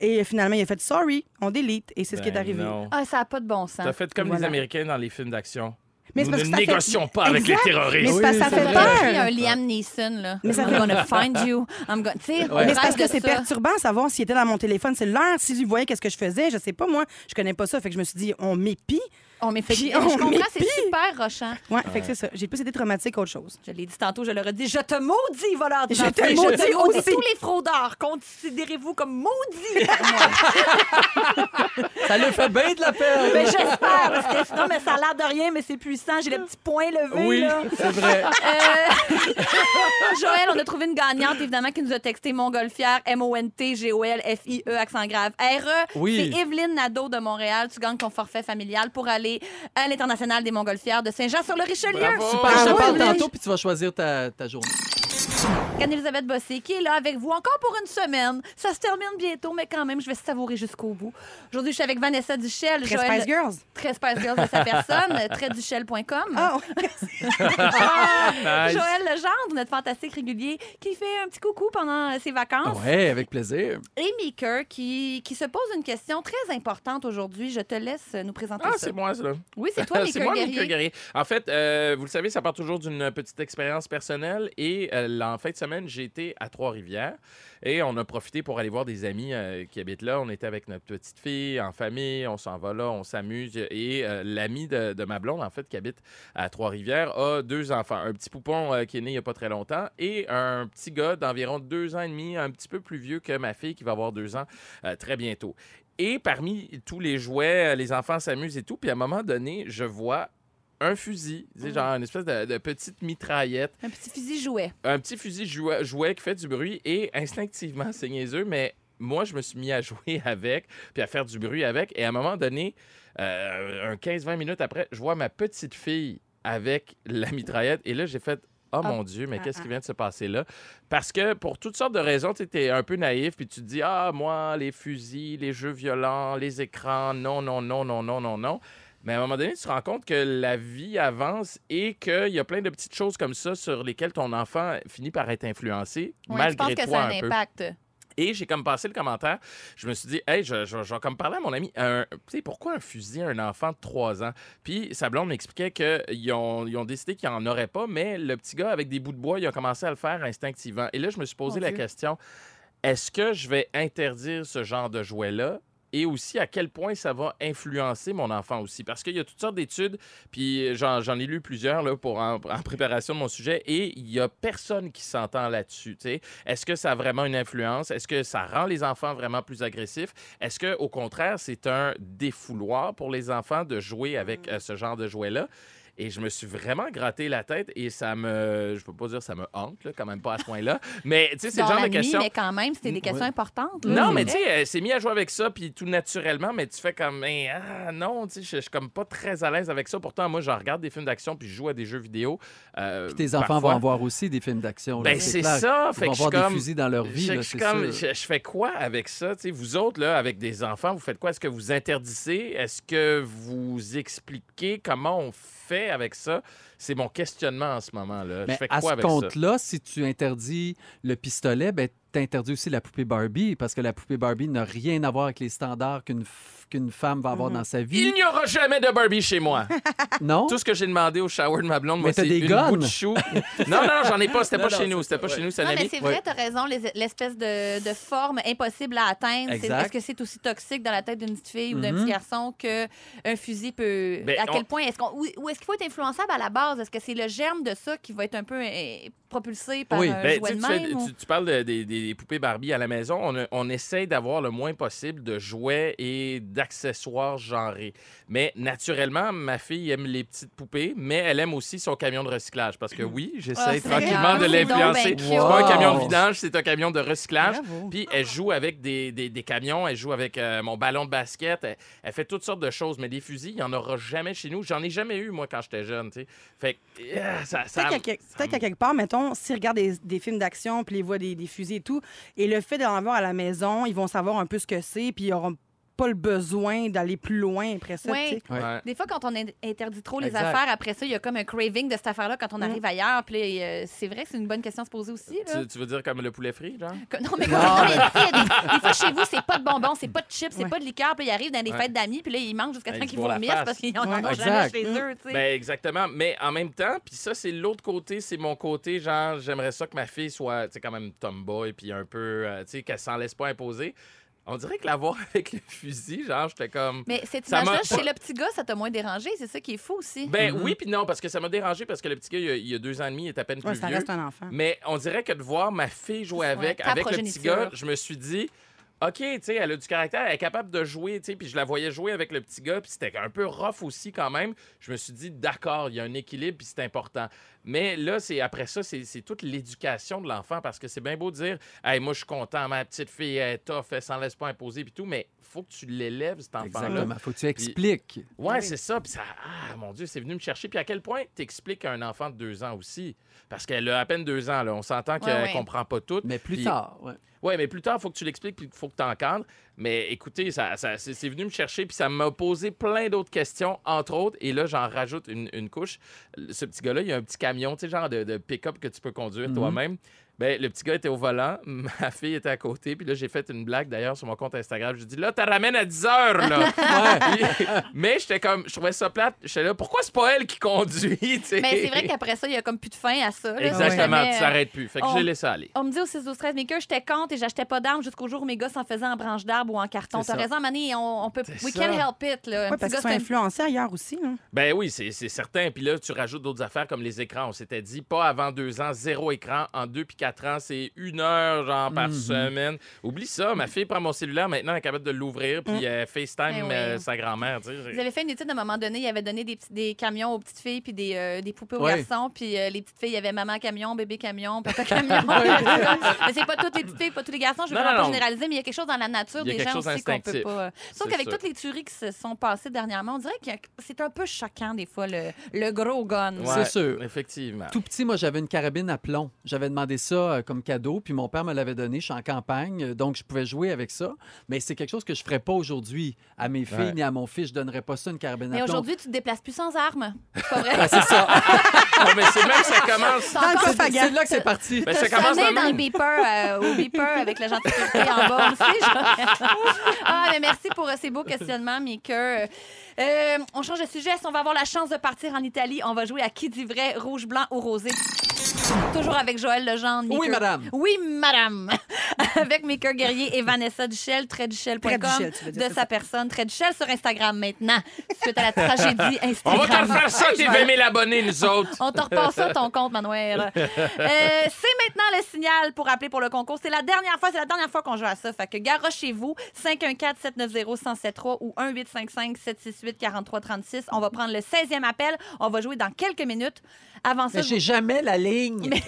C: Et finalement, il a fait, sorry, on délite. Et c'est ce qui est
D: Ben
C: arrivé.
D: non.
B: Ah, ça n'a pas de bon sens.
D: T'as fait comme les
C: Voilà.
D: Américains dans les films d'action.
C: Mais
D: Nous
C: c'est parce
D: ne
C: que ça fait-
D: négocions pas avec
C: Exact.
D: les
C: Mais
D: terroristes.
C: c'est parce que ça
E: c'est
C: fait
E: vrai.
C: peur.
B: Il y a un Liam Neeson, là.
C: Mais ça
B: I'm
C: fait-
B: gonna find you. I'm gonna. Tu sais, on
C: Mais
B: rêve
C: c'est parce
B: de
C: que c'est
B: ça.
C: perturbant à savoir s'il était dans mon téléphone cellulaire, s'il voyait qu'est-ce que je faisais, je sais pas moi, je connais pas ça, fait que je me suis dit on m'épie.
B: On m'est fait.
C: Puis
B: Je
C: on
B: comprends, c'est
C: m'épie.
B: super rochant.
C: Ouais, fait que c'est ça. J'ai plus été traumatique qu'autre chose.
B: Je l'ai dit tantôt, je leur ai dit Je te maudis, voleur
C: Je te
B: d'identité.
C: maudis aussi.
B: tous les fraudeurs. Considérez-vous comme maudits par moi.
E: Ça lui fait bien de la peine.
B: Mais j'espère, parce que sinon, mais ça a l'air de rien, mais c'est puissant. J'ai le petit point levé,
E: Oui,
B: là.
E: c'est vrai.
B: Euh, Joël, on a trouvé une gagnante, évidemment, qui nous a texté Montgolfière, M-O-N-T-G-O-L-F-I-E, E, accent grave, R-E.
E: Oui.
B: C'est Evelyne Nadeau de Montréal. Tu gagnes ton forfait familial pour aller à l'International des Montgolfières de Saint-Jean-sur-le-Richelieu.
D: Bravo.
E: Super, je te
C: oui,
E: parle
C: oui.
E: tantôt, puis tu vas choisir ta, ta journée.
B: Anne-Elisabeth Bossé, qui est là avec vous encore pour une semaine. Ça se termine bientôt, mais quand même, je vais savourer jusqu'au bout. Aujourd'hui, je suis avec Vanessa Duchel.
C: Très
B: Joël-
C: Spice Girls.
B: Très Spice Girls de sa personne, tresduchel.com.
C: Ah, ouais.
D: Nice.
B: Joël Legendre, notre fantastique régulier, qui fait un petit coucou pendant euh, ses vacances.
E: Ah Ouais, avec plaisir.
D: Ah
B: Et Meeker, qui, qui se pose une question très importante aujourd'hui. Je te laisse euh, nous présenter
D: Ah,
B: ça.
D: c'est moi, ça.
B: Oui, c'est toi,
D: C'est
B: Meeker
D: moi,
B: Guerrier.
D: Mika Guerrier. En fait, euh, vous le savez, ça part toujours d'une petite expérience personnelle. Et euh, là, en fin de semaine, j'ai été à Trois-Rivières et on a profité pour aller voir des amis euh, qui habitent là. On était avec notre petite fille, en famille, on s'en va là, on s'amuse. Et euh, l'ami de, de ma blonde, en fait, qui habite à Trois-Rivières, a deux enfants. Un petit poupon euh, qui est né il n'y a pas très longtemps et un petit gars d'environ deux ans et demi, un petit peu plus vieux que ma fille qui va avoir deux ans euh, très bientôt. Et parmi tous les jouets, euh, les enfants s'amusent et tout. Puis à un moment donné, je vois un fusil, tu sais, genre une espèce de, de petite mitraillette,
B: Un petit fusil jouet.
D: un petit fusil jouet, jouet qui fait du bruit. Et instinctivement, c'est niaiseux, mais moi, je me suis mis à jouer avec, puis à faire du bruit avec. Et à un moment donné, euh, un 15-20 minutes après, je vois ma petite fille avec la mitraillette. Et là, j'ai fait. Oh mon Dieu, mais
C: Ah,
D: qu'est-ce
C: ah.
D: qui vient de se passer là? Parce que pour toutes sortes de raisons, tu es un peu naïf, puis tu te dis, ah, moi, les fusils, les jeux violents, les écrans, non, non, non, non, non, non, non. Mais à un moment donné, tu te rends compte que la vie avance et qu'il y a plein de petites choses comme ça sur lesquelles ton enfant finit par être influencé,
B: Ouais, je
D: malgré
B: pense que
D: toi
B: ça a
D: un
B: un
D: peu.
B: impact.
D: Et j'ai comme passé le commentaire. Je me suis dit, hey, je, je- je vais comme parler à mon ami. Un- Tu sais, pourquoi un fusil à un enfant de 3 ans? Puis sa blonde m'expliquait qu'ils ont, ils ont décidé qu'il n'en aurait pas, mais le petit gars avec des bouts de bois, il a commencé à le faire instinctivement. Et là, je me suis posé
B: Mon
D: la
B: Dieu.
D: question, est-ce que je vais interdire ce genre de jouet-là? Et aussi, à quel point ça va influencer mon enfant aussi. Parce qu'il y a toutes sortes d'études, puis euh, j'en j'en ai lu plusieurs là, pour, en, en préparation de mon sujet, et il n'y a personne qui s'entend là-dessus. tu sais. Est-ce que ça a vraiment une influence? Est-ce que ça rend les enfants vraiment plus agressifs? Est-ce que, au contraire, c'est un défouloir pour les enfants de jouer
B: Mmh.
D: avec euh, ce genre de jouet-là? Et je me suis vraiment gratté la tête et ça me. Je peux pas dire ça me hante, là, quand même pas à ce point-là. Mais tu sais, c'est le
B: Dans
D: genre
B: la
D: de
B: nuit,
D: question.
B: mais quand même, c'était
D: Mm,
B: des
E: Ouais.
B: questions importantes. là.
E: Mm.
D: Non, mais tu sais, elle s'est mise à jouer avec ça, puis tout naturellement, mais tu fais comme, Eh, ah non, tu sais, je- je suis comme pas très à l'aise avec ça. Pourtant, moi, je regarde des films d'action, puis je joue à des jeux vidéo. euh,
E: Puis tes enfants
D: parfois.
E: vont en voir aussi des films d'action. là,
D: Ben, c'est
E: clair.
D: ça.
E: Ils
D: Fait
E: vont
D: que je suis
E: voir des
D: comme.
E: fusils dans leur vie,
D: Je-
E: là,
D: je, suis
E: c'est
D: comme,
E: sûr.
D: je, je fais quoi avec ça? Tu sais, vous autres, là, avec des enfants, vous faites quoi? Est-ce que vous interdisez? Est-ce que vous expliquez comment on fait avec ça? C'est mon questionnement en ce moment-là. Je
E: Mais
D: fais
E: à
D: quoi
E: ce
D: avec ça?
E: compte-là, si tu interdis le pistolet, ben, tu interdis aussi la poupée Barbie, parce que la poupée Barbie n'a rien à voir avec les standards qu'une f- qu'une femme va avoir dans sa vie.
D: Mhm. Il n'y aura jamais de Barbie chez moi.
B: Oh.
E: Non?
D: Tout ce que j'ai demandé au shower de ma blonde, moi,
E: Mais t'as
D: c'est
E: des
D: une
E: guns.
D: bout de chou. non, non, j'en ai pas. C'était pas
E: Non,
D: chez
E: non,
D: nous.
E: c'est
D: C'était pas
E: ça,
D: chez nous, c'est un
B: Non, mais
D: ami.
B: c'est vrai, t'as raison, les- l'espèce de, de forme impossible à atteindre. c'est-
E: Exact.
B: Est-ce que c'est aussi toxique dans la tête d'une petite fille ou d'un
E: Mhm.
B: petit garçon qu'un fusil peut.
D: Mm-hmm. Ben,
B: à
D: on-
B: quel point est-ce qu'on. Ou, ou est-ce qu'il faut être influençable à la base? Est-ce que c'est le germe de ça qui va être un peu euh, propulsé par
E: Oui.
B: un
D: Ben,
B: jouet
D: tu,
B: de
D: sais, tu
B: euh, même?
D: fais-
B: ou-
D: tu- tu parles de- des, des poupées Barbie à la maison. On, a- on essaye d'avoir le moins possible de jouets et d'accessoires genrés. Mais naturellement, ma fille aime les petites poupées, mais elle aime aussi son camion de recyclage. Parce que oui,
B: Ah,
D: j'essaie
B: c'est
D: tranquillement
B: grave,
D: de
B: c'est donc
D: l'influencer.
B: ben cute.
D: C'est pas un camion de
E: Wow.
D: vidange, c'est un camion de recyclage.
C: Bravo.
D: Hein? Puis elle joue avec des, des- des camions, elle joue avec euh, mon ballon de basket, elle, elle fait toutes sortes de choses, mais des fusils, il n'y en aura jamais chez nous. J'en ai jamais eu, moi, quand j'étais jeune, tu sais. Fait que, euh, ça... ça-
C: Peut-être qu'à quel-
D: ça-
C: peut-être qu'à quelque part, mettons, s'ils regardent des, des films d'action, puis ils voient des, des fusils et tout, et le fait d'en avoir à la maison, ils vont savoir un peu ce que c'est, puis ils auront pas le besoin d'aller plus loin après ça.
B: Ouais.
C: tu sais.
E: Ouais.
D: Ouais.
B: Des fois, quand on in- interdit trop les
E: Exact.
B: affaires, après ça, il y a comme un craving de cette affaire-là quand on arrive ailleurs. Puis là, euh, c'est vrai que c'est une bonne question à se poser aussi. là.
D: Mm. Tu, tu veux dire comme le poulet frit, genre?
B: Que- Non, mais quand on est petit, il y a des, des fois chez vous, c'est pas de bonbons, c'est pas de chips, c'est
C: Ouais.
B: pas de liqueur. Puis là, ils arrivent dans des
D: Ouais.
B: fêtes d'amis, puis là, ils mangent jusqu'à
D: Ben,
B: ce
D: ils se
B: qu'ils
D: bourrent la
B: vomissent
D: face.
B: parce qu'ils en
C: Ouais.
B: ont jamais
E: Exact.
B: chez eux. tu sais.
D: Ben exactement, mais en même temps, puis ça c'est l'autre côté, c'est mon côté genre j'aimerais ça que ma fille soit tu sais quand même tomboy puis un peu euh, tu sais qu'elle s'en laisse pas imposer. On dirait que l'avoir avec le fusil, genre j'étais comme
B: Mais cette
D: Ça
B: image-là,
D: m'a-
B: chez le petit gars, ça t'a moins dérangé. C'est ça qui est fou aussi.
D: ben oui puis non parce que ça m'a dérangé parce que le petit gars il y a, il y a deux ans et demi, il est à peine
C: Ouais,
D: plus
C: ça
D: vieux.
C: reste un enfant.
D: Mais on dirait que de voir ma fille jouer avec,
B: Ouais, ta
D: avec le petit
B: progéniture.
D: gars, je me suis dit, OK, tu sais, elle a du caractère, elle est capable de jouer, tu sais, puis je la voyais jouer avec le petit gars, puis c'était un peu rough aussi quand même. Je me suis dit, d'accord, il y a un équilibre, puis c'est important. Mais là, c'est après ça, c'est c'est toute l'éducation de l'enfant, parce que c'est bien beau de dire, hey, moi, je suis content, ma petite fille, elle est tough, elle s'en laisse pas imposer, puis tout, mais faut que tu l'élèves, cet enfant-là.
E: Exactement. Faut que tu expliques.
D: Ouais, c'est ça. Puis ça, ah, mon Dieu, c'est venu me chercher. Puis à quel point t'expliques à un enfant de deux ans aussi? Parce qu'elle a à peine deux ans, là. On s'entend qu'elle
B: Ouais, ouais.
D: comprend pas tout.
E: Mais plus
D: Puis-
E: tard, ouais.
D: Ouais, mais plus tard, faut que tu l'expliques, puis faut que t'encadres. Mais écoutez, ça, ça- c'est c'est venu me chercher, puis ça m'a posé plein d'autres questions, entre autres. Et là, j'en rajoute une, une couche. Ce petit gars-là, il y a un petit camion, tu sais, genre de, de pick-up que tu peux conduire
E: Mhm.
D: toi-même. Ben, le petit gars était au volant, ma fille était à côté, puis là, j'ai fait une blague d'ailleurs sur mon compte Instagram. Je dis, là, t'as ramène à 10 heures, là. Puis- mais j'étais comme, je trouvais ça plate. J'étais là, pourquoi c'est pas elle qui conduit, tu sais?
B: Mais c'est vrai qu'après ça, il y a comme plus de fin à ça. là.
D: Exactement,
B: Jamais,
D: tu
B: euh,
D: t'arrêtes plus. Fait que
B: on-
D: j'ai laissé aller.
B: On me dit au 6 12 13 mais que j'étais contre et j'achetais pas d'armes jusqu'au jour où mes gars s'en faisaient en branche d'arbre ou en carton.
E: C'est
B: T'as
E: ça.
B: raison, Mané, on, on peut.
D: C'est
B: We
D: ça.
B: can help it, là. Un
C: Ouais,
B: petit
C: parce
B: gars,
C: qu'ils
B: c'est
C: sont
B: un-
C: influencés ailleurs aussi. hein.
D: Ben oui, c'est c'est certain. Puis là, tu rajoutes d'autres affaires comme les écrans. On s'était dit pas avant deux ans, zéro écran. En deux puis quatre ans, c'est une heure genre
B: Mm-hmm.
D: par semaine. Oublie ça. Ma fille prend mon cellulaire maintenant, elle est capable de l'ouvrir puis elle
B: Eh
D: FaceTime
B: oui.
D: euh, sa grand-mère. tu sais.
B: Vous avez fait une étude à un moment donné, il avait donné des, petits- des camions aux petites filles puis des, euh, des poupées aux
E: Ouais.
B: garçons. Puis euh, les petites filles, il y avait maman camion, bébé camion, papa camion. mais c'est pas toutes les petites filles, pas tous les garçons. Je veux
D: Non,
B: vraiment
D: non,
B: pas
D: non.
B: généraliser, mais il y a quelque chose dans la nature
D: Il y a
B: des
D: quelque
B: gens
D: chose
B: aussi qu'on peut
D: d'instinctif.
B: pas. euh, Sauf
D: C'est
B: qu'avec
D: sûr.
B: toutes les tueries qui se sont passées dernièrement, on dirait que c'est un peu choquant des fois, le, le gros gun.
D: Ouais,
E: sûr.
D: Effectivement.
E: Tout petit, moi, j'avais une carabine à plomb. J'avais demandé ça euh, comme cadeau, puis mon père me l'avait donné. Je suis en campagne, euh, donc je pouvais jouer avec ça. Mais c'est quelque chose que je ferais pas aujourd'hui à mes filles
D: Ouais.
E: ni à mon fils. Je donnerais pas ça une carabine
B: Mais
E: à plomb.
B: aujourd'hui, tu te déplaces plus sans armes. C'est pas vrai?
E: Ah, c'est ça.
D: Non, Ah, mais c'est même que ça commence.
B: T'as encore-
E: C'est- c'est là que c'est parti.
D: Ben,
B: T'as
D: ça commence
B: sonné
D: de
B: dans le
D: même.
B: beeper, euh, au beeper avec l'agent de sécurité en bas aussi. je- ah, mais merci pour euh, ces beaux questionnements, Mika. Euh, on change de sujet. Si on va avoir la chance de partir en Italie, on va jouer à qui dit vrai, rouge, blanc ou rosé. Toujours avec Joël Legendre.
E: Oui,
B: Mika.
E: madame.
B: Oui, madame. avec Mika Guerrier et Vanessa Duchel, tresduchel.com,
C: Tresduchel, tu veux dire,
B: de
C: c'est
B: sa
C: ça.
B: personne. Tresduchel sur Instagram maintenant, suite à la tragédie Instagram.
D: On va te refaire ça,
B: Hey,
D: t'es
B: je vais-
D: 20 000 abonnés, nous autres.
B: on te repasse ça, ton compte, Manuel. Euh, c'est maintenant le signal pour appeler pour le concours. C'est la dernière fois, c'est la dernière fois qu'on joue à ça. Fait que garochez-vous, 514-790-1073 ou 1-855-768-4336. On va prendre le 16e appel. On va jouer dans quelques minutes. Avant ça,
E: Mais
B: je
E: j'ai jamais la ligne.
B: vous- c'est-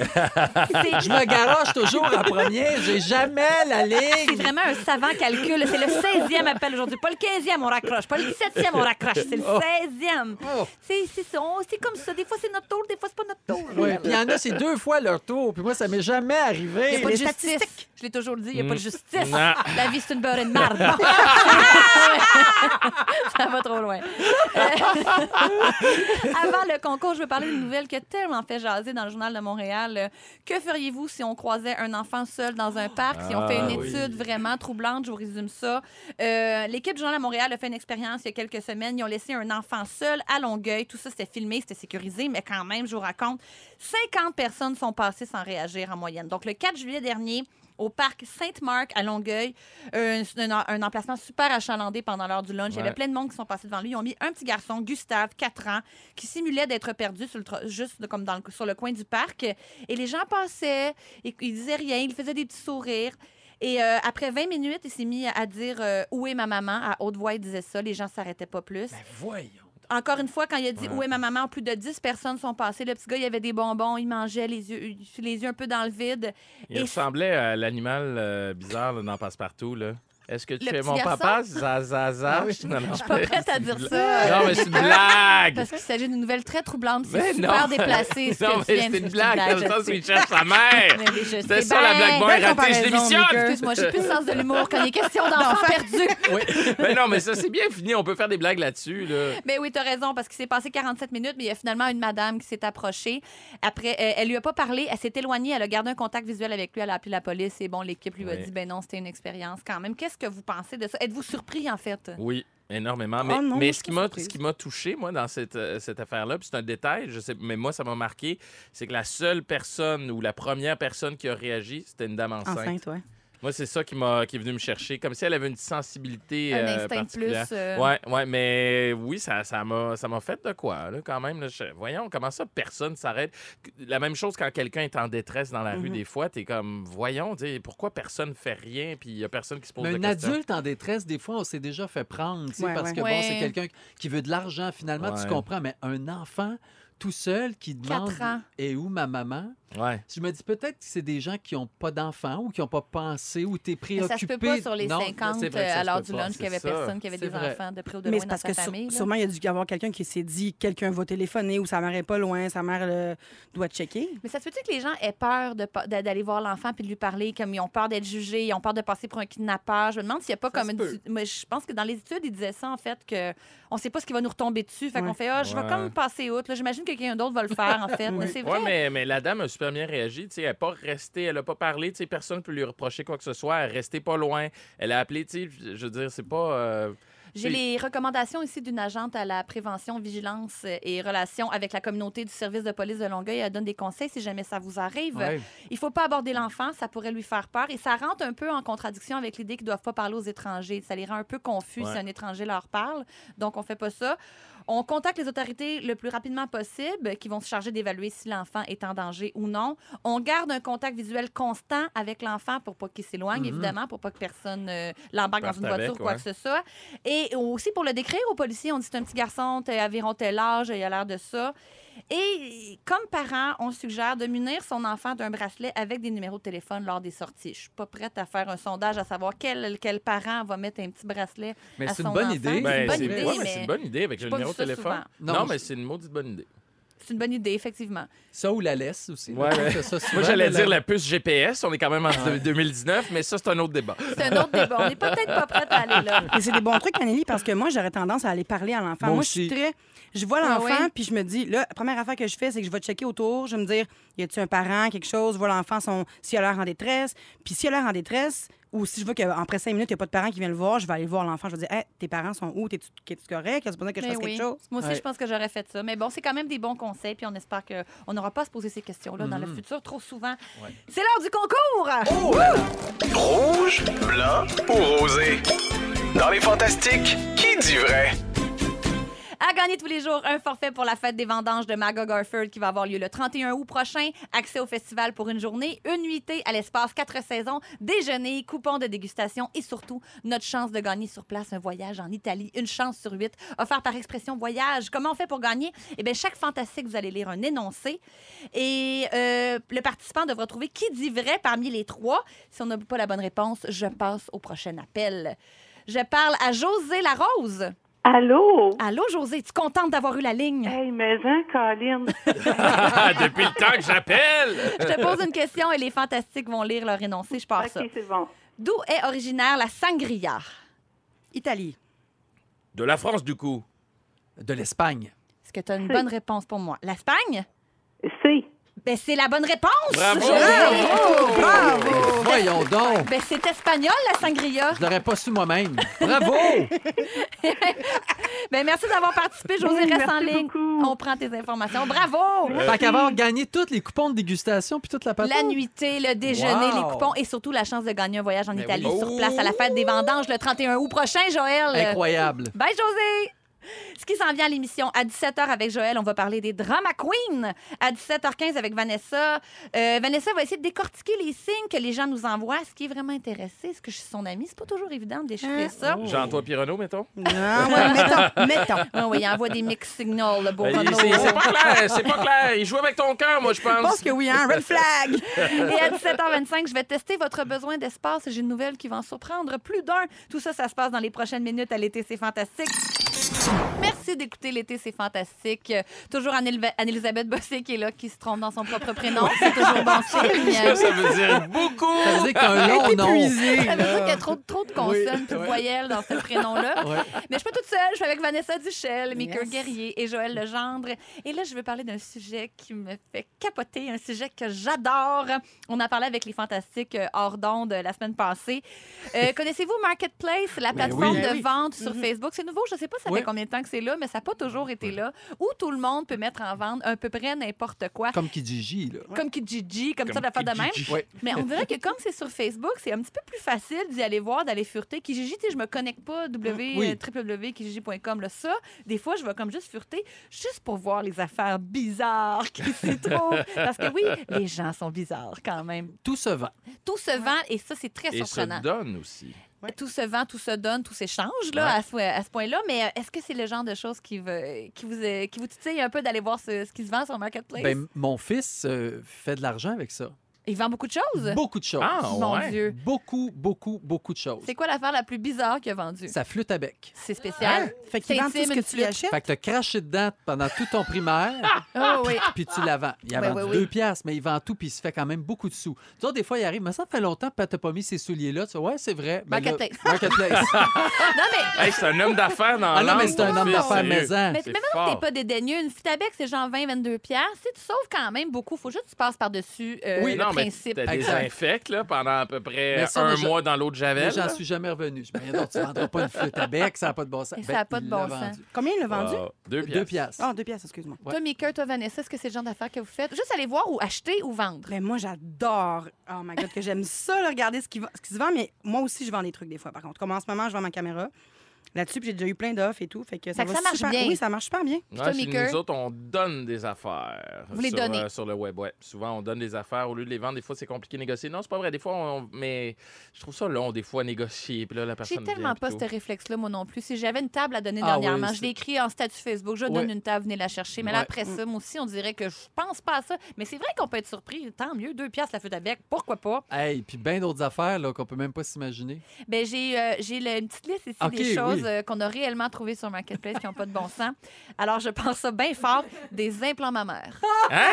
E: Je me garoche toujours en premier. J'ai jamais la
B: c'est
E: ligne.
B: vraiment un savant calcul. C'est le 16e appel aujourd'hui. Pas le 15e, on raccroche. Pas le 17e, on raccroche. C'est le
E: Oh.
B: 16e. C'est c'est ça. On- C'est comme ça. Des fois, c'est notre tour. Des fois, c'est pas notre tour.
E: Ouais, puis il y en a, c'est deux fois leur tour. Puis moi, ça m'est jamais
B: Il
E: arrivé.
B: n'y a pas de
C: les
B: justice. Je l'ai toujours dit, il n'y a
E: Mm.
B: pas de justice.
D: Non.
B: La vie, c'est une beurre et de marde. Ça va trop loin. Euh, Avant le concours, je veux parler d'une nouvelle qui a tellement fait jaser dans le Journal de Montréal. Euh, Que feriez-vous si on croisait un enfant seul dans un parc, si on fait une
D: oui.
B: étude vraiment troublante? Je vous résume ça. Euh, L'équipe du Journal de Montréal a fait une expérience il y a quelques semaines. Ils ont laissé un enfant seul à Longueuil. Tout ça, c'était filmé, c'était sécurisé, mais quand même, je vous raconte, 50 personnes sont passées sans réagir en moyenne. Donc, le 4 juillet dernier, au parc Sainte-Marc à Longueuil. Un, un- un emplacement super achalandé pendant l'heure du lunch. Il y avait
D: Ouais.
B: plein de monde qui sont passés devant lui. Ils ont mis un petit garçon, Gustave, 4 ans, qui simulait d'être perdu sur le tro- juste de- comme dans le- sur le coin du parc. Et les gens passaient, et, ils disaient rien, ils faisaient des petits sourires. Et euh, après 20 minutes, il s'est mis à dire euh, Où est ma maman à haute voix. Il disait ça. Les gens s'arrêtaient pas plus.
D: Ben, Voyons.
B: Encore une fois, quand il a dit Où est ma maman plus de 10 personnes sont passées. Le petit gars, il avait des bonbons, il mangeait les yeux, les yeux un peu dans le vide.
D: Il
B: Et-
D: ressemblait à l'animal euh, bizarre là, dans Passe-Partout, là. Est-ce que tu
B: Le
D: es
B: petit
D: mon
B: garçon?
D: papa? Za, za, za.
E: Ah oui.
D: Non, non.
B: Je suis pas prête à dire ça.
D: Non, mais c'est une blague!
B: Parce qu'il s'agit d'une nouvelle très troublante.
D: Mais
B: C'est super
D: non.
B: déplacé. Ce
D: non,
B: que tu
D: mais
B: viens de- Ben,
D: c'est une blague, dans le sens où il cherche
B: Mais
D: sa mère!
B: oui, je sais
D: C'était ça la
B: bien.
D: blague. Bon,
C: belle
D: elle est ratée, je
C: comparaison,
D: démissionne!
C: Mika.
B: Excuse-moi, j'ai plus de sens de l'humour quand il est question d'enfants perdus.
D: Mais non, mais ça, c'est bien fini, on peut faire des blagues là-dessus. Là.
B: Mais oui, t'as raison, parce qu'il s'est passé 47 minutes, mais il y a finalement une madame qui s'est approchée. Après, euh, elle lui a pas parlé, elle s'est éloignée, elle a gardé un contact visuel avec lui, elle a appelé la police et bon, l'équipe lui a
D: Oui.
B: dit, ben non, c'était une expérience quand même. Qu'est-ce que vous pensez de ça? Êtes-vous surpris, en fait?
D: Oui, énormément. Mais,
C: Oh non,
D: mais
C: moi, je
D: ce
C: suis
D: qui m'a
C: surprise.
D: ce qui m'a touché, moi, dans cette, euh, cette affaire-là, puis c'est un détail, je sais, mais moi, ça m'a marqué, c'est que la seule personne ou la première personne qui a réagi, c'était une dame enceinte.
C: Enceinte, ouais.
D: Moi, c'est ça qui, m'a, qui est venu me chercher, comme si elle avait une sensibilité
B: Un
D: euh,
B: instinct de plus.
D: particulière.
B: euh,
D: Ouais, ouais, mais oui, ça, ça m'a, ça m'a fait de quoi, là, quand même. là. Je- voyons, comment ça, personne s'arrête. La même chose quand quelqu'un est en détresse dans la rue,
B: Mmh
C: Mhm.
D: des fois, t'es comme, voyons, dis, pourquoi personne fait rien, puis il y a personne qui se pose
E: Mais
D: de
E: un
D: questions.
E: adulte en détresse, des fois, on s'est déjà fait prendre, tu sais,
C: Ouais,
E: parce
C: ouais.
E: que bon,
B: Ouais.
E: c'est quelqu'un qui veut de l'argent, finalement, tu
D: Ouais.
E: comprends, mais un enfant tout seul qui demande
B: Quatre ans.
E: Et où ma maman?
D: Ouais.
E: Je me dis peut-être que c'est des gens qui n'ont pas d'enfants ou qui n'ont pas pensé ou t'es
B: mais
E: préoccupé.
B: ça se peut pas sur les
E: Non,
B: 50
E: c'est vrai que ça
B: euh, à
E: se
B: l'heure
E: peut
B: du
E: pas,
B: lunch
D: c'est
B: qu'il y avait
D: ça.
B: personne qui avait
E: C'est
B: des
E: vrai.
B: enfants de près ou de
C: Mais
B: loin
C: c'est
B: dans
C: parce
B: sa
C: que sur-
B: famille. là.
C: sûrement, il y a dû y avoir quelqu'un qui s'est dit quelqu'un va téléphoner ou sa mère est pas loin, sa mère euh, doit checker.
B: Mais ça se peut-tu que les gens aient peur de pa- d'a- d'aller voir l'enfant puis de lui parler, comme ils ont peur d'être jugés, ils ont peur de passer pour un kidnappeur? Je me demande s'il n'y a pas
E: Ça
B: comme
E: se
B: une.
E: peut.
B: Moi, je pense que dans les études, ils disaient ça, en fait, que on sait pas ce qui va nous retomber dessus. Fait
C: Ouais.
B: qu'on fait, ah, je vais
D: Ouais.
B: comme passer outre. là. J'imagine que quelqu'un d'autre va le faire, en fait. Mais c'est vrai.
D: Ouais, mais, mais la dame a super bien réagi. tu sais, elle n'a pas resté, elle n'a pas parlé. tu sais, Personne ne peut lui reprocher quoi que ce soit. Elle est restée pas loin. Elle a appelé. tu sais, Je veux dire, c'est pas. euh,
B: J'ai
D: c'est-
B: les recommandations ici d'une agente à la prévention, vigilance et relations avec la communauté du service de police de Longueuil. Elle donne des conseils si jamais ça vous arrive.
E: Ouais.
B: Il faut pas aborder l'enfant, ça pourrait lui faire peur et ça rentre un peu en contradiction avec l'idée qu'ils doivent pas parler aux étrangers. Ça les rend un peu confus
D: Ouais.
B: si un étranger leur parle. Donc on fait pas ça. On contacte les autorités le plus rapidement possible qui vont se charger d'évaluer si l'enfant est en danger ou non. On garde un contact visuel constant avec l'enfant pour pas qu'il s'éloigne évidemment, pour pas que personne euh, l'embarque dans
D: Mm-hmm. Parte
B: une voiture
D: avec,
B: ou quoi
D: ouais.
B: que ce soit. Et aussi pour le décrire aux policiers, on dit c'est un petit garçon, t'as environ tel âge, il a l'air de ça. Et comme parent, on suggère de munir son enfant d'un bracelet avec des numéros de téléphone lors des sorties. Je suis pas prête à faire un sondage à savoir quel, quel parent va mettre un petit bracelet.
E: Mais
B: à
E: c'est une
B: son
E: bonne
B: enfant.
E: idée.
B: Ben,
E: une
B: bonne
D: c'est-
B: idée,
D: ouais, mais
B: mais
D: c'est une bonne idée avec le
B: pas
D: numéro
B: vu
D: de
B: ça
D: téléphone.
E: souvent.
D: Non,
E: Non,
D: mais
E: je-
D: c'est une maudite bonne idée.
B: C'est une bonne idée, effectivement.
E: Ça ou la laisse aussi. là.
D: Ouais, ouais.
E: Ça, ça, souvent, Ah.
D: Moi, j'allais
E: là,
D: dire la puce GPS. On est quand même en 2019, mais ça, c'est un autre débat.
B: C'est un autre débat. On n'est peut-être pas prête à aller là.
C: Et c'est des bons trucs, Anneli, parce que moi, j'aurais tendance à aller parler à l'enfant.
E: Moi
C: Moi, je suis
E: aussi.
C: très. Je vois
B: Ah
C: l'enfant,
B: ouais?
C: puis je me dis, là, la première affaire que je fais, c'est que je vais checker autour. Je vais me dire, y a-tu un parent, quelque chose, je vois l'enfant, son... s'il a l'air en détresse. Puis s'il a l'air en détresse, ou si je vois qu'après cinq minutes, il n'y a pas de parent qui vient le voir, je vais aller voir l'enfant. Je vais dire, Hey, tes parents sont où? T'es-tu t'es-tu correct? Est-ce besoin que je
B: Mais
C: fasse
B: oui.
C: quelque chose?
B: Moi aussi,
E: Ouais.
B: je pense que j'aurais fait ça. Mais bon, c'est quand même des bons conseils, puis on espère qu'on n'aura pas à se poser ces questions-là dans le futur trop souvent. C'est l'heure du concours!
A: Rouge, blanc ou rosé? Dans les fantastiques, qui dit vrai?
B: À gagner tous les jours un forfait pour la fête des vendanges de Maga Garfield qui va avoir lieu le 31 août prochain. Accès au festival pour une journée, une nuitée à l'espace quatre saisons, déjeuner, coupons de dégustation et surtout notre chance de gagner sur place un voyage en Italie, une chance sur huit, offert par Expression Voyage. Comment on fait pour gagner? Eh bien, chaque fantastique, vous allez lire un énoncé et euh, le participant devra trouver qui dit vrai parmi les trois. Si on n'a pas la bonne réponse, je passe au prochain appel. Je parle à José Larose.
F: Allô?
B: Allô, José, es-tu contente d'avoir eu la ligne?
F: Hey, mais hein, Colin?
D: Ah, Depuis le temps que j'appelle!
B: Je te pose une question et les fantastiques vont lire leur énoncé, je pars ça.
F: OK, c'est bon.
B: D'où est originaire la sangria?
C: Italie.
D: De la France, du coup.
E: De l'Espagne.
B: Est-ce que tu as une bonne réponse pour moi? L'Espagne?
F: C'est.
B: Ben, c'est la bonne réponse!
D: Bravo!
B: José!
E: Voyons donc!
B: Ben, c'est espagnol, la sangria.
E: Je l'aurais pas su moi-même. Bravo!
B: Ben, merci d'avoir participé, José.
F: Oui,
B: Reste
F: merci
B: en ligne.
F: beaucoup.
B: On prend tes informations. Bravo!
E: Fait qu'avoir gagné toutes les coupons de dégustation puis toute la patate.
B: La nuitée, le déjeuner,
E: Wow.
B: les coupons et surtout la chance de gagner un voyage en Italie
D: oui.
B: sur place à la fête des vendanges le 31 août prochain, Joël.
E: Incroyable.
B: Bye, José! Ce qui s'en vient à l'émission, à 17h avec Joël, on va parler des drama queens. À 17h15 avec Vanessa, euh, Vanessa va essayer de décortiquer les signes que les gens nous envoient. Ce qui est vraiment intéressé, est-ce que je suis son amie? C'est pas toujours évident de
D: Hein?
B: déchiffrer ça.
D: Jean-Antoine Pironneau, mettons.
C: Non, Ah, ouais, mettons, mettons.
B: Oui, oui, il envoie des mix signals là, pour
D: Euh, il-
B: Renaud.
D: C'est
E: hein.
D: c'est pas clair, c'est pas clair. Il joue avec ton cœur, moi, je
C: Je
D: pense.
C: pense que oui, hein? Red flag!
B: Et à 17h25, je vais tester votre besoin d'espace. J'ai une nouvelle qui va en surprendre plus d'un. Tout ça, ça se passe dans les prochaines minutes à l'été, c'est fantastique. Merci d'écouter l'été, c'est fantastique. Euh, Toujours Anne-Elva- Anne-Elisabeth Bossé qui est là, qui se trompe dans son propre prénom. C'est toujours bon signe.
D: Ça, ça veut dire beaucoup.
E: Ça veut dire que t'as un long nom.
C: Épuisé,
B: Ça veut dire
C: là.
B: qu'il y a trop, trop de consonnes, toutes voyelles dans ce prénom-là.
E: Ouais.
B: Mais je suis pas toute seule, je suis avec Vanessa Duchel, Mika
C: Yes.
B: Guerrier et Joël Legendre. Et là, je veux parler d'un sujet qui me fait capoter, un sujet que j'adore. On a parlé avec les fantastiques euh, hors d'onde euh, la semaine passée. Euh, Connaissez-vous Marketplace, la plateforme
E: oui.
B: de
C: Ben oui.
B: vente sur Facebook? C'est nouveau, je sais pas ça
E: Oui.
B: fait combien de temps que c'est là, mais ça n'a pas toujours été là, où tout le monde peut mettre en vente à peu près n'importe quoi.
E: Comme Kijiji, là.
B: Comme Kijiji, comme, ça, de la
D: Comme
B: faire de même.
D: Kijiji.
E: Ouais.
B: Mais on dirait que comme c'est sur Facebook, c'est un petit peu plus facile d'y aller voir, d'aller furter. Kijiji, tu sais, je me connecte pas,
D: Mm,
B: w,
E: Oui.
B: euh, www.kijiji.com, là, ça. Des fois, je vais comme juste furter, juste pour voir les affaires bizarres qui s'y trouvent. Parce que oui, les gens sont bizarres quand même.
E: Tout se vend.
B: Tout se vend, et ça, c'est très
D: Et
B: surprenant.
D: se donne aussi.
C: Ouais.
B: Tout se vend, tout se donne, tout s'échange là, à ce, à ce point-là. Mais euh, est-ce que c'est le genre de choses qui, veut- qui, vous, euh, qui vous titille un peu d'aller voir ce, ce qui se vend sur Marketplace?
E: Ben, mon fils euh, fait de l'argent avec ça.
B: Il vend beaucoup de choses?
E: Beaucoup de choses.
D: Ah,
B: Mon
D: ouais.
B: Dieu.
E: Beaucoup, beaucoup, beaucoup de choses.
B: C'est quoi l'affaire la plus bizarre qu'il a vendue?
E: Sa flûte à bec.
B: C'est spécial.
C: Fait qu'il vend tout ce que tu lui achètes.
E: Fait que t'as craché dedans pendant tout ton primaire,
D: Hein?
B: Ah oui.
E: puis tu la vends. Il a
B: Oui,
E: vendu
B: oui, oui.
E: deux piastres, mais il vend tout, puis il se fait quand même beaucoup de sous. Tu vois, des fois, il arrive, mais ça fait longtemps que t'as pas mis ces souliers-là. Tu fais, ouais, c'est vrai. mais là-
B: Marketplace.
E: Marketplace.
B: Non, mais,
D: Ah, Hey, c'est un homme d'affaires dans
E: ah non,
D: l'âme,
E: mais c'est un
D: mon
E: homme
D: fils,
E: d'affaires
D: sérieux.
E: maison.
B: mais, mais
D: C'est
B: maintenant que
D: fort.
B: t'es pas dédaigneux, une futabec, c'est genre 20, 22 piastres. Tu sais, tu sauves quand même beaucoup. Faut juste que tu passes par-dessus euh,
E: Oui,
B: le
D: non, mais
B: principe.
D: t'as des
E: Exact.
D: infects là, pendant à peu près
E: Mais ça,
D: un
E: moi, je-
D: mois dans l'eau de
E: Mais
D: Javel.
E: j'en
D: là.
E: suis jamais revenu. Je me dis, non, tu vendras pas une flûte à bec, ça n'a pas de bon sens. Ben,
B: Et ça a pas de
E: il
B: bon
E: l'a
B: sens.
E: vendu.
C: Combien il l'a vendu?
D: Ah, deux piastres.
E: Deux piastres.
C: Ah, deux pièces, excuse-moi.
E: ouais.
B: Toi, Mika, toi, Vanessa, est-ce que c'est le genre d'affaires que vous faites? Juste aller voir ou acheter ou vendre.
C: Ben, moi, j'adore. Oh my God, que j'aime ça, là, regarder ce qui, va- ce qui se vend. Mais moi aussi, je vends des trucs des fois, par contre. Comme en ce moment, je vends ma caméra. Là-dessus, puis j'ai déjà eu plein d'offres et tout. Fait que ça,
B: Fait que
C: va
B: ça marche
C: super
B: bien.
C: Oui, ça marche super bien.
D: Ouais,
B: Toi,
D: chez
B: Maker?
D: nous autres, on donne des affaires.
B: Vous les
D: sur,
B: donnez?
D: euh, sur le web, ouais. Souvent, on donne des affaires. Au lieu de les vendre, des fois, c'est compliqué de négocier. Non, c'est pas vrai. Des fois, on... mais je trouve ça long, des fois, négocier. Puis là, la
B: J'ai
D: personne
B: tellement
D: vient, puis
B: pas
D: tout.
B: ce réflexe-là, moi non plus. Si j'avais une table à donner
E: Ah oui,
B: dernièrement, je
E: c'est-
B: l'ai écrit en statut Facebook, je donne
E: Ouais.
B: une table, venez la chercher. Mais là,
E: Ouais.
B: après
D: Mm.
B: ça, moi aussi, on dirait que je pense pas à ça. Mais c'est vrai qu'on peut être surpris. Tant mieux, deux piastres la futabec, pourquoi pas?
E: Ah. Hey, puis bien d'autres affaires là, qu'on peut même pas s'imaginer.
B: Ben, j'ai euh, j'ai le- une petite liste ici
E: Ok,
B: des choses
E: oui.
B: euh, qu'on a réellement trouvées sur Marketplace qui n'ont pas de bon sens. Alors, je pense ça bien fort des implants mammaires.
D: Hein?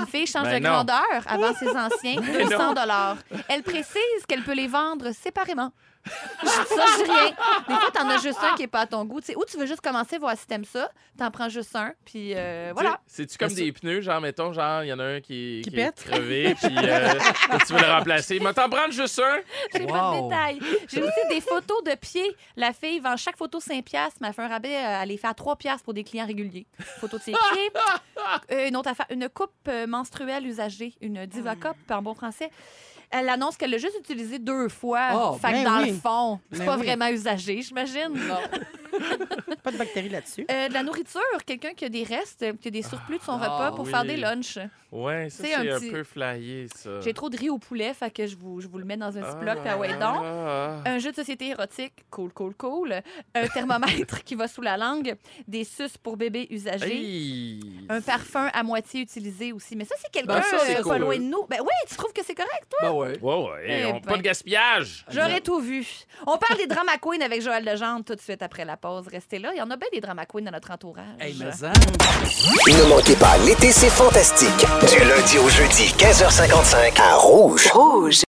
B: Une fille change
D: Ben
B: de
D: non.
B: grandeur avant ses anciens,
D: Ben
B: 200
D: non.
B: dollars. Elle précise qu'elle peut les vendre séparément. Je dis ça, je dis rien. Des fois, t'en as juste un qui n'est pas à ton goût. Tu sais, ou tu veux juste commencer, voir si t'aimes ça. T'en prends juste un, puis euh, voilà.
D: Tu sais, C'est-tu comme
E: Mais ça-
D: des pneus, genre, mettons, genre, il y en a un qui,
C: Qui
D: est
C: pète.
D: crevé, puis euh, tu veux le remplacer. Mais t'en prends juste un.
B: J'ai pas de
E: Wow.
B: détails. J'ai aussi des photos de pieds. La fille vend chaque photo 5 piastres, mais elle fait un rabais euh, elle les fait à 3 piastres pour des clients réguliers. Photo de ses pieds. Euh, une autre affaire, une coupe euh, menstruelle usagée, une diva cup en bon français. Elle annonce qu'elle l'a juste utilisée deux fois.
E: Oh,
B: fait que
C: ben
B: dans
C: oui.
B: le fond, c'est
C: Ben
B: pas
C: oui.
B: vraiment usagé, j'imagine.
C: Pas de bactéries là-dessus.
B: Euh, de la nourriture, quelqu'un qui a des restes, euh, qui a des surplus de son
E: Ah,
B: repas pour
D: oui.
B: faire des lunchs.
D: Ouais, ça,
B: C'est un
D: c'est un
B: petit-
D: peu flyé, ça.
B: J'ai trop de riz au poulet, fait que je vous, je vous le mets dans un petit bloc, puis ah ouais, donc.
D: donc.
B: Un jeu de société érotique, cool, cool, cool. Un thermomètre qui va sous la langue. Des suces pour bébé usagés. Un parfum à moitié utilisé aussi. Mais ça, c'est quelqu'un
E: Ben, ça, c'est
B: euh, pas
E: cool.
B: loin de nous. Ben oui, tu trouves que c'est correct, toi?
E: Ben ouais.
D: Wow, hey,
B: Eh
D: on-
B: ben.
D: pas de gaspillage!
B: J'aurais tout vu. On parle des drama queens avec Joël Legendre tout de suite après la pause. Restez là. Il y en a bien des drama queens dans notre entourage.
E: Hey, mais hein? ça,
G: Ne manquez pas, l'été c'est fantastique. Du lundi au jeudi, 15h55 à Rouge. Rouge.